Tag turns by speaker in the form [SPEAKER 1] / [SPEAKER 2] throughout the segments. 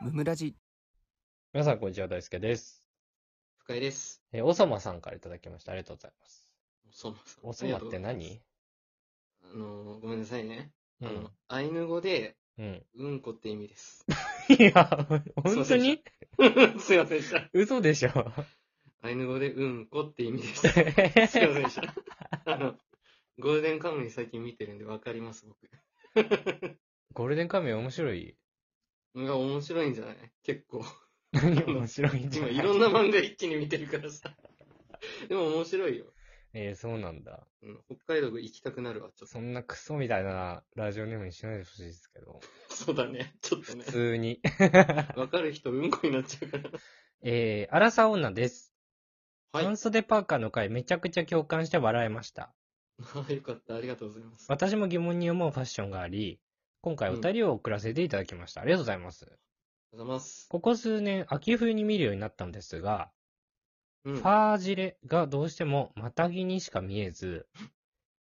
[SPEAKER 1] 村地
[SPEAKER 2] 皆さん、こんにちは。大輔です。
[SPEAKER 3] 深井です。
[SPEAKER 2] えー、おさまさんからいただきました。ありがとうございます。
[SPEAKER 3] おそまさん。
[SPEAKER 2] おさまって
[SPEAKER 3] あり
[SPEAKER 2] 何
[SPEAKER 3] がとうございますあの、ごめんなさいね。
[SPEAKER 2] う
[SPEAKER 3] あの
[SPEAKER 2] ん。、
[SPEAKER 3] アイヌ語で、
[SPEAKER 2] うん。
[SPEAKER 3] うんこって意味です。
[SPEAKER 2] いや、本当に
[SPEAKER 3] すいませんでした。
[SPEAKER 2] 嘘でしょ。
[SPEAKER 3] アイヌ語でうんこって意味です。 すいませんでした。あの、ゴールデンカムイ最近見てるんでわかります、僕。
[SPEAKER 2] ゴールデンカムイ面白い
[SPEAKER 3] が面白いんじゃない結構。
[SPEAKER 2] 何面白いんじゃな
[SPEAKER 3] 今
[SPEAKER 2] い
[SPEAKER 3] いろんな漫画一気に見てるから さ。でも面白いよ。
[SPEAKER 2] えー、そうなんだ。
[SPEAKER 3] うん、北海道行きたくなるわ、ちょっ
[SPEAKER 2] そんなクソみたいなラジオネームにしないでほしいですけど。
[SPEAKER 3] と。そうだね。ちょっとね
[SPEAKER 2] 普。通に。
[SPEAKER 3] わかる人うんこになっちゃうから。
[SPEAKER 2] えー、アラサー女です。
[SPEAKER 3] はい
[SPEAKER 2] 半袖パーカーの回めちゃくちゃ共感して笑えました。
[SPEAKER 3] ああ、よかった。ありがとうございます。
[SPEAKER 2] 私も疑問に思うファッションがあり、今回お二人を送らせていただきました。ありがとうございます。
[SPEAKER 3] ありがとうございます。
[SPEAKER 2] ここ数年、秋冬に見るようになったのですが、
[SPEAKER 3] うん
[SPEAKER 2] ファージレがどうしてもまたぎにしか見えず、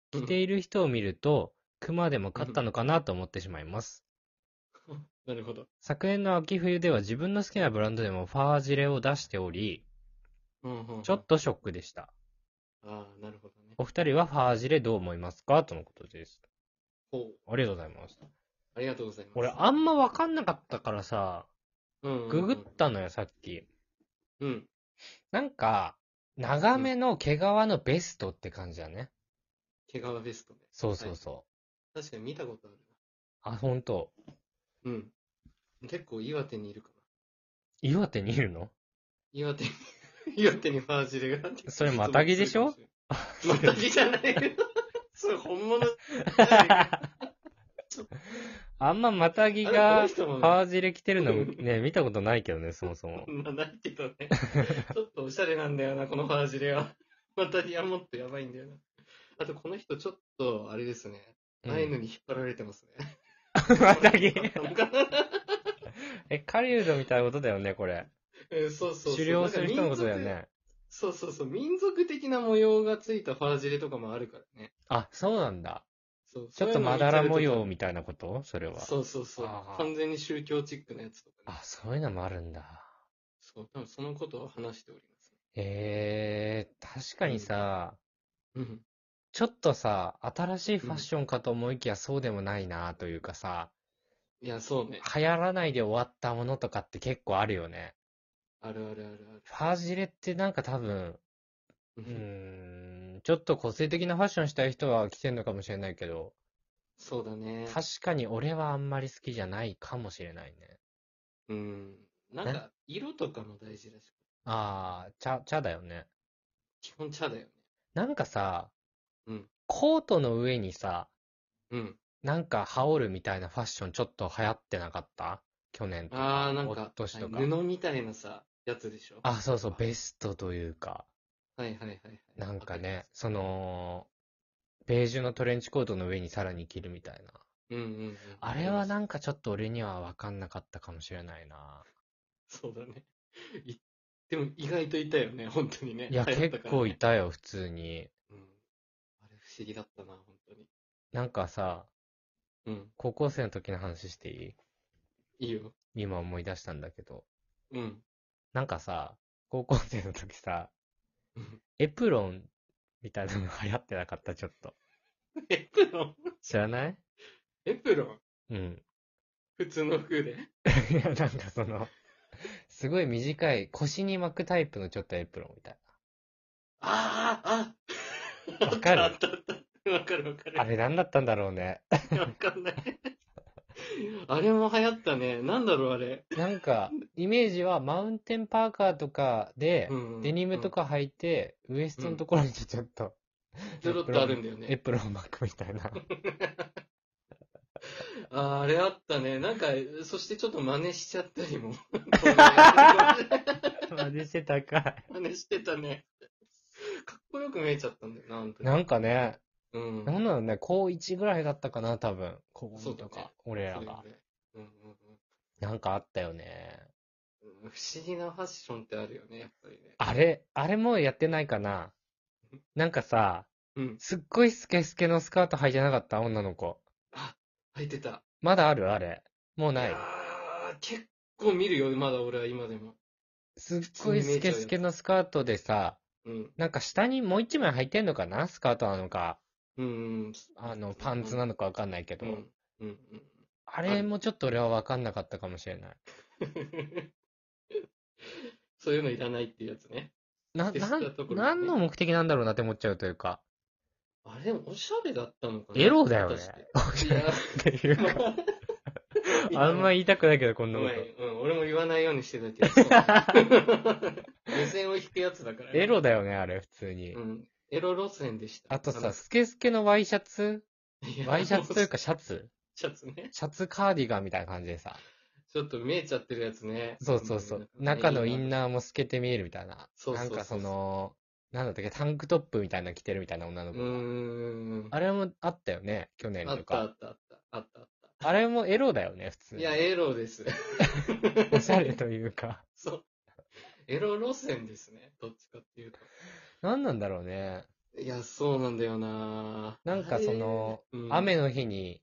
[SPEAKER 2] 着ている人を見ると、熊でも勝ったのかなと思ってしまいます。
[SPEAKER 3] なるほど。
[SPEAKER 2] 昨年の秋冬では自分の好きなブランドでもファージレを出しており、
[SPEAKER 3] うんうんうん
[SPEAKER 2] ちょっ。とショックでした。
[SPEAKER 3] ああ、なるほどね。
[SPEAKER 2] お二人はファージレどう思いますかとのことです。
[SPEAKER 3] ほう。
[SPEAKER 2] ありがとうございます。
[SPEAKER 3] ありがとうございます。
[SPEAKER 2] 俺、あんまわかんなかったからさ、
[SPEAKER 3] うんうん
[SPEAKER 2] ググったのよ、さっき。
[SPEAKER 3] うん。うん。
[SPEAKER 2] なんか、長めの毛皮のベストって感じだね。
[SPEAKER 3] 毛皮ベストね。
[SPEAKER 2] そうそうそう。
[SPEAKER 3] 確かに見たことある
[SPEAKER 2] あ、本当。
[SPEAKER 3] な。うん。結構岩手にいるかな。
[SPEAKER 2] 岩手にいるの
[SPEAKER 3] 岩手に、 岩手にファージレがあって。
[SPEAKER 2] それマタギでしょ
[SPEAKER 3] またぎじゃない よ。それ本物じゃないよ。
[SPEAKER 2] あんまマタギ
[SPEAKER 3] あ
[SPEAKER 2] が
[SPEAKER 3] れこの人もね
[SPEAKER 2] パージレ着てるのね、見たことないけどね、そもそも。
[SPEAKER 3] まあ、ないけどね。ちょっとおしゃれなんだよな、このファージレは。またギはもっとやばいんだよな。あと、この人ちょっと、あれですね。
[SPEAKER 2] うん
[SPEAKER 3] アイヌに引っ張られてますね。
[SPEAKER 2] マタギ。
[SPEAKER 3] なんか
[SPEAKER 2] え、狩人みたいなことだよね、これ。
[SPEAKER 3] うんそうそうそう。
[SPEAKER 2] 狩猟する人のことだよ
[SPEAKER 3] なんか民族。
[SPEAKER 2] ね。
[SPEAKER 3] そうそうそう。民族的な模様がついたファージレとかもあるからね。
[SPEAKER 2] あ、そうなんだ。
[SPEAKER 3] そう
[SPEAKER 2] ちょっとまだら模様
[SPEAKER 3] み
[SPEAKER 2] みたいなことそれは。
[SPEAKER 3] そうそうそう
[SPEAKER 2] あー。
[SPEAKER 3] 完全に宗教チックなやつとか、ね。
[SPEAKER 2] あ、そういうのもあるんだ。
[SPEAKER 3] そう、多分そのことを話しており
[SPEAKER 2] えー、確かにさ、
[SPEAKER 3] ます。うん。
[SPEAKER 2] ちょっとさ、新しいファッションかと思いきやそうでもないなというかさ、
[SPEAKER 3] いや、そうね。
[SPEAKER 2] 流行らないで終わったものとかって結構あるよね。
[SPEAKER 3] あるあるある
[SPEAKER 2] ファージレってなんか多分、
[SPEAKER 3] ある。
[SPEAKER 2] うーんちょっと個性的なファッションしたい人は着てるのかもしれないけど、
[SPEAKER 3] そうだね。
[SPEAKER 2] 確かに俺はあんまり好きじゃないかもしれないね。
[SPEAKER 3] うん。なんか、色とかも大事だし、
[SPEAKER 2] あー、茶、茶だよね。
[SPEAKER 3] 基本茶だよね。
[SPEAKER 2] なんかさ、
[SPEAKER 3] うん
[SPEAKER 2] コートの上にさ、
[SPEAKER 3] うん。
[SPEAKER 2] なんか羽織るみたいなファッションちょっと流行ってなかった去年とか。
[SPEAKER 3] あー、なん
[SPEAKER 2] お
[SPEAKER 3] か
[SPEAKER 2] と、としとか。
[SPEAKER 3] 布みたいなさ、やつでしょ。
[SPEAKER 2] あ、そうそう、ベストというか、
[SPEAKER 3] はいはいはいはい。
[SPEAKER 2] なんか
[SPEAKER 3] わ
[SPEAKER 2] ね
[SPEAKER 3] り、
[SPEAKER 2] その、ベージュのトレンチコートの上にさらに着るみたいな。
[SPEAKER 3] ます。うんうんうん。
[SPEAKER 2] あれはな
[SPEAKER 3] わか
[SPEAKER 2] んかちょっと俺には分かんなかったかもしれないな。
[SPEAKER 3] りますそうだね。いでも、意外といたよね、本当にね。
[SPEAKER 2] いや、
[SPEAKER 3] 流行った
[SPEAKER 2] 結
[SPEAKER 3] から
[SPEAKER 2] 構
[SPEAKER 3] ね
[SPEAKER 2] い。たよ、普通に。
[SPEAKER 3] うん。あれ、不思議だったな、本当に。
[SPEAKER 2] なんかさ、
[SPEAKER 3] うん。
[SPEAKER 2] 高校生の時の話してい
[SPEAKER 3] いいよ。
[SPEAKER 2] い今思い出したんだけど。
[SPEAKER 3] うん。
[SPEAKER 2] なんかさ、高校生の時さ
[SPEAKER 3] うん、
[SPEAKER 2] エプロンみたいなの流行ってなかった、ちょっと。
[SPEAKER 3] エプロン
[SPEAKER 2] 知らない
[SPEAKER 3] エプロン
[SPEAKER 2] うん。
[SPEAKER 3] 普通の服で。
[SPEAKER 2] いや、なんかその、すごい短い、腰に巻くタイプのちょっとエプロンみたい
[SPEAKER 3] あああ
[SPEAKER 2] わ かる
[SPEAKER 3] あったあった。わかるわかる
[SPEAKER 2] な。あ。れ何だったんだろうね。
[SPEAKER 3] わかんない。あれも流行ったね。なんだろう、あれ。
[SPEAKER 2] なんか、イメージはマウンテンパーカーとかで、デニムと
[SPEAKER 3] か。
[SPEAKER 2] か履いて、ウエストのところにちょっと、
[SPEAKER 3] ちょろっとあるんだよ
[SPEAKER 2] エ
[SPEAKER 3] ね。
[SPEAKER 2] プロンを巻くみたいな。
[SPEAKER 3] あーあれあったね。なんか、そしてちょっと真似しちゃった りも。
[SPEAKER 2] マジして高い。
[SPEAKER 3] 真似してたね。かっこよく見えちゃったんだよな、本当に。
[SPEAKER 2] なんかね、
[SPEAKER 3] うん。
[SPEAKER 2] なんだろうね、高1ぐらいだったかな、多分。高
[SPEAKER 3] そ
[SPEAKER 2] 2
[SPEAKER 3] うだ
[SPEAKER 2] と
[SPEAKER 3] ね
[SPEAKER 2] か、俺ら
[SPEAKER 3] それ
[SPEAKER 2] が
[SPEAKER 3] ぐ。らいうんうん
[SPEAKER 2] なんかあったよね。
[SPEAKER 3] うん、不思議なファッションってあるよね、やっぱりね。
[SPEAKER 2] あれ、あれもうやってないかな。なんかさ、
[SPEAKER 3] うん。
[SPEAKER 2] すっごいスケスケのスカート履いてなかった女の子。
[SPEAKER 3] 履いてた。
[SPEAKER 2] まだあるあれ。もうない。
[SPEAKER 3] あー結構見るよ、まだ俺は今でも。
[SPEAKER 2] すっごいスケスケのスカートでさ、
[SPEAKER 3] うん。
[SPEAKER 2] なんか下にもう一枚履いてんのかなスカートなのか、
[SPEAKER 3] うんうん。
[SPEAKER 2] あの、パンツなのかわかんないけ
[SPEAKER 3] う
[SPEAKER 2] ど、
[SPEAKER 3] ん。うんうんうん。
[SPEAKER 2] あれもちょっと俺はわかんなかったかもしれない。
[SPEAKER 3] そういうのいらないっていうやつね。
[SPEAKER 2] な、
[SPEAKER 3] で
[SPEAKER 2] な
[SPEAKER 3] 知っ
[SPEAKER 2] ん
[SPEAKER 3] たところ、ね
[SPEAKER 2] 何の目的なんだろうなって思っちゃうというか、
[SPEAKER 3] あれでもおしゃれだったのかな
[SPEAKER 2] エロだよね
[SPEAKER 3] 果たして。
[SPEAKER 2] おしゃれっていう か、
[SPEAKER 3] いや
[SPEAKER 2] あんま言いたくないけど、こんな
[SPEAKER 3] ご
[SPEAKER 2] こ
[SPEAKER 3] めん、
[SPEAKER 2] と。
[SPEAKER 3] うん、俺も言わないようにしてたけ ど。目線を引くやつだから、
[SPEAKER 2] エロだよね、あれ、普通に。
[SPEAKER 3] うん。エロ路線でした。
[SPEAKER 2] あとさ、
[SPEAKER 3] の、
[SPEAKER 2] スケスケのワイシャツ
[SPEAKER 3] い や
[SPEAKER 2] ワイシャツという。かシャツ
[SPEAKER 3] シャツね。
[SPEAKER 2] シャツカーディガンみたいな感じでさ。
[SPEAKER 3] ちょっと見えちゃってるやつね。
[SPEAKER 2] そうそうそう。
[SPEAKER 3] ん
[SPEAKER 2] 中のイン
[SPEAKER 3] ー。
[SPEAKER 2] ナーも透けて見えるみたいな。
[SPEAKER 3] そうそう
[SPEAKER 2] な
[SPEAKER 3] そうそう
[SPEAKER 2] んかその、なんだったっけ、タンクトップみたいなの着てるみたいな女の
[SPEAKER 3] う
[SPEAKER 2] 子が。
[SPEAKER 3] ーん。
[SPEAKER 2] あれもあったよね、去年
[SPEAKER 3] あ
[SPEAKER 2] と
[SPEAKER 3] ったあ
[SPEAKER 2] か。
[SPEAKER 3] ったあった。あったあっ
[SPEAKER 2] あれもエロだよね、普通
[SPEAKER 3] た。
[SPEAKER 2] に。
[SPEAKER 3] いや、エロです。
[SPEAKER 2] おしゃれというか。
[SPEAKER 3] そう。エロ路線ですね。どっちかっていうと。
[SPEAKER 2] 何なんだろうね。
[SPEAKER 3] いや、そうなんだよな
[SPEAKER 2] なんかその、
[SPEAKER 3] あれうん
[SPEAKER 2] 雨の日に、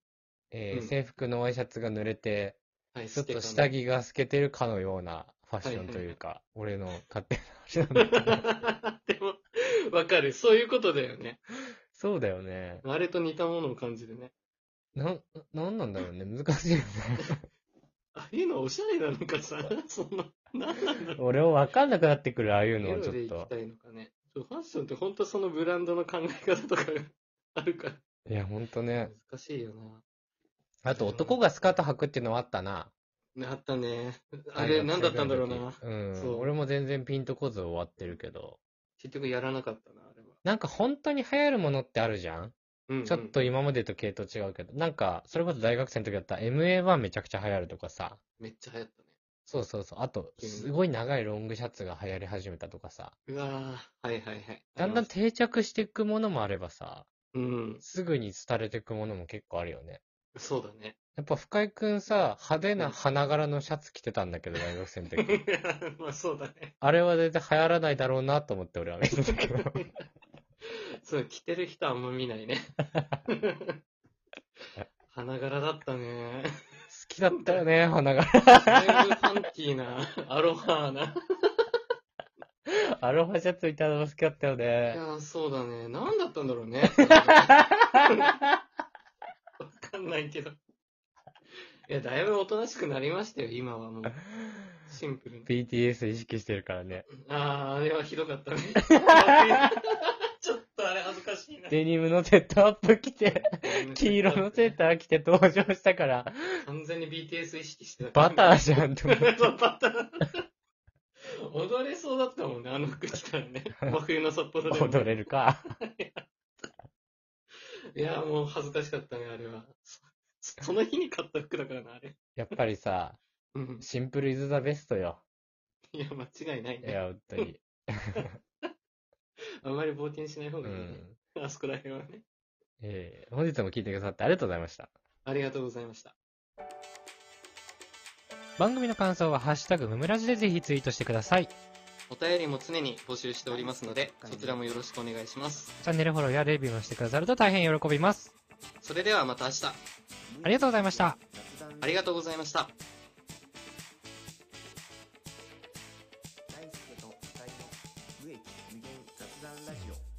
[SPEAKER 2] えー
[SPEAKER 3] うん
[SPEAKER 2] 制服のワイシャツが濡れて、
[SPEAKER 3] はい、
[SPEAKER 2] ちょっと
[SPEAKER 3] 透
[SPEAKER 2] 下
[SPEAKER 3] け
[SPEAKER 2] 着が透けてるかのようなファッションというか、俺の勝手な話なん だけど
[SPEAKER 3] 感が。でも、わかる。そういうことだよね。
[SPEAKER 2] そうだよね。
[SPEAKER 3] あれと似たものを感じるね。
[SPEAKER 2] な、なんなんだろうね。難しいよ ね。
[SPEAKER 3] ああいうのおしゃれなのかさ、 そんな、なんなんだろう。
[SPEAKER 2] 俺もわかんなくなってくる、ああいうの
[SPEAKER 3] エ
[SPEAKER 2] はち
[SPEAKER 3] ロ
[SPEAKER 2] ょ
[SPEAKER 3] で
[SPEAKER 2] っ
[SPEAKER 3] 行き
[SPEAKER 2] と。
[SPEAKER 3] たいのかね。そうファッションって本当そのブランドの考え方とかが あるから、
[SPEAKER 2] いや、ほんとね。
[SPEAKER 3] 難しいよな。
[SPEAKER 2] あと、男がスカート履くっていうのはあったな。
[SPEAKER 3] あったね。あれ、
[SPEAKER 2] 大
[SPEAKER 3] 何
[SPEAKER 2] 学
[SPEAKER 3] だったんだろう
[SPEAKER 2] 生ぐらいの
[SPEAKER 3] な
[SPEAKER 2] 時。うん。
[SPEAKER 3] そう
[SPEAKER 2] 俺も全然ピンとこず終わってるけど。
[SPEAKER 3] 結局やらなかったな、あれは。
[SPEAKER 2] なんか本当に流行るものってあるじゃん
[SPEAKER 3] うんうん
[SPEAKER 2] ちょっと今までと系統違うけど。なんか、それこそ大学生の時だったら MA1 めちゃくちゃ流行るとかさ。
[SPEAKER 3] めっちゃ流行ったね。
[SPEAKER 2] そうそうそう。あと、
[SPEAKER 3] 急に
[SPEAKER 2] すごい長いロングシャツが流行り始めたとかさ。
[SPEAKER 3] うわー、はいはいはい。
[SPEAKER 2] だんだん定着していくものもあればさ、
[SPEAKER 3] うん、
[SPEAKER 2] すぐに廃れていくものも結構あるよね。
[SPEAKER 3] そうだね。
[SPEAKER 2] やっぱ深井くんさ、派手
[SPEAKER 3] う
[SPEAKER 2] なん花柄のシャツ着てたんだけ ど、大学生の時。
[SPEAKER 3] まあそうだね。
[SPEAKER 2] あれは絶対流行らないだろうなと思って俺は見てたけど。
[SPEAKER 3] そう、着てる人あんま見ない ね。花柄だったね。
[SPEAKER 2] 好きだったよね、花柄。
[SPEAKER 3] だいぶファンキーな、アロハーな。
[SPEAKER 2] アロハシャツいたのも好きだったよ
[SPEAKER 3] い
[SPEAKER 2] ね。
[SPEAKER 3] や、そうだね。何だったんだろ うね。わかんないけど。いや、だいぶおとなしくなりましたよ、今はもう。シンプルに。
[SPEAKER 2] BTS 意識してるからね。
[SPEAKER 3] あー、あれはひど かったね。ちょっとあれ恥ずかしいな。
[SPEAKER 2] デニムのセットアップ着て、黄色のセッター着て登場したから、
[SPEAKER 3] 完全に BTS 意識してた。
[SPEAKER 2] バターじゃんと思 って。
[SPEAKER 3] そうバター。 踊れそうだったもんね、あの服着たら ね。真冬の札幌でも。
[SPEAKER 2] 踊れるか。
[SPEAKER 3] いや、もう恥ずかしかったね、あれは。そその日に買った服だからな、あれ。
[SPEAKER 2] やっぱりさ、
[SPEAKER 3] うん。
[SPEAKER 2] シンプルイズザベストよ。
[SPEAKER 3] いや、間違いない
[SPEAKER 2] い
[SPEAKER 3] ね。
[SPEAKER 2] や、本当に。
[SPEAKER 3] あんまり冒険しない方
[SPEAKER 2] う
[SPEAKER 3] がいいね。
[SPEAKER 2] ん。
[SPEAKER 3] あそこら辺はね。
[SPEAKER 2] えー本日も聞いてくださってありがとうございました。
[SPEAKER 3] ありがとうございました。
[SPEAKER 2] 番組の感想は、ハッシュタグムムラジでぜひツイートしてください。チ
[SPEAKER 3] お便りも常に募集しておりますので、そちらもよろしくお願いします。
[SPEAKER 2] ャンネルフォローやレビューもしてくださると大変喜びます。
[SPEAKER 3] それではまた明日、
[SPEAKER 2] ありがとうございました。
[SPEAKER 3] ありがとうございました。
[SPEAKER 1] 大輔と二人の無益無限雑談ラジオ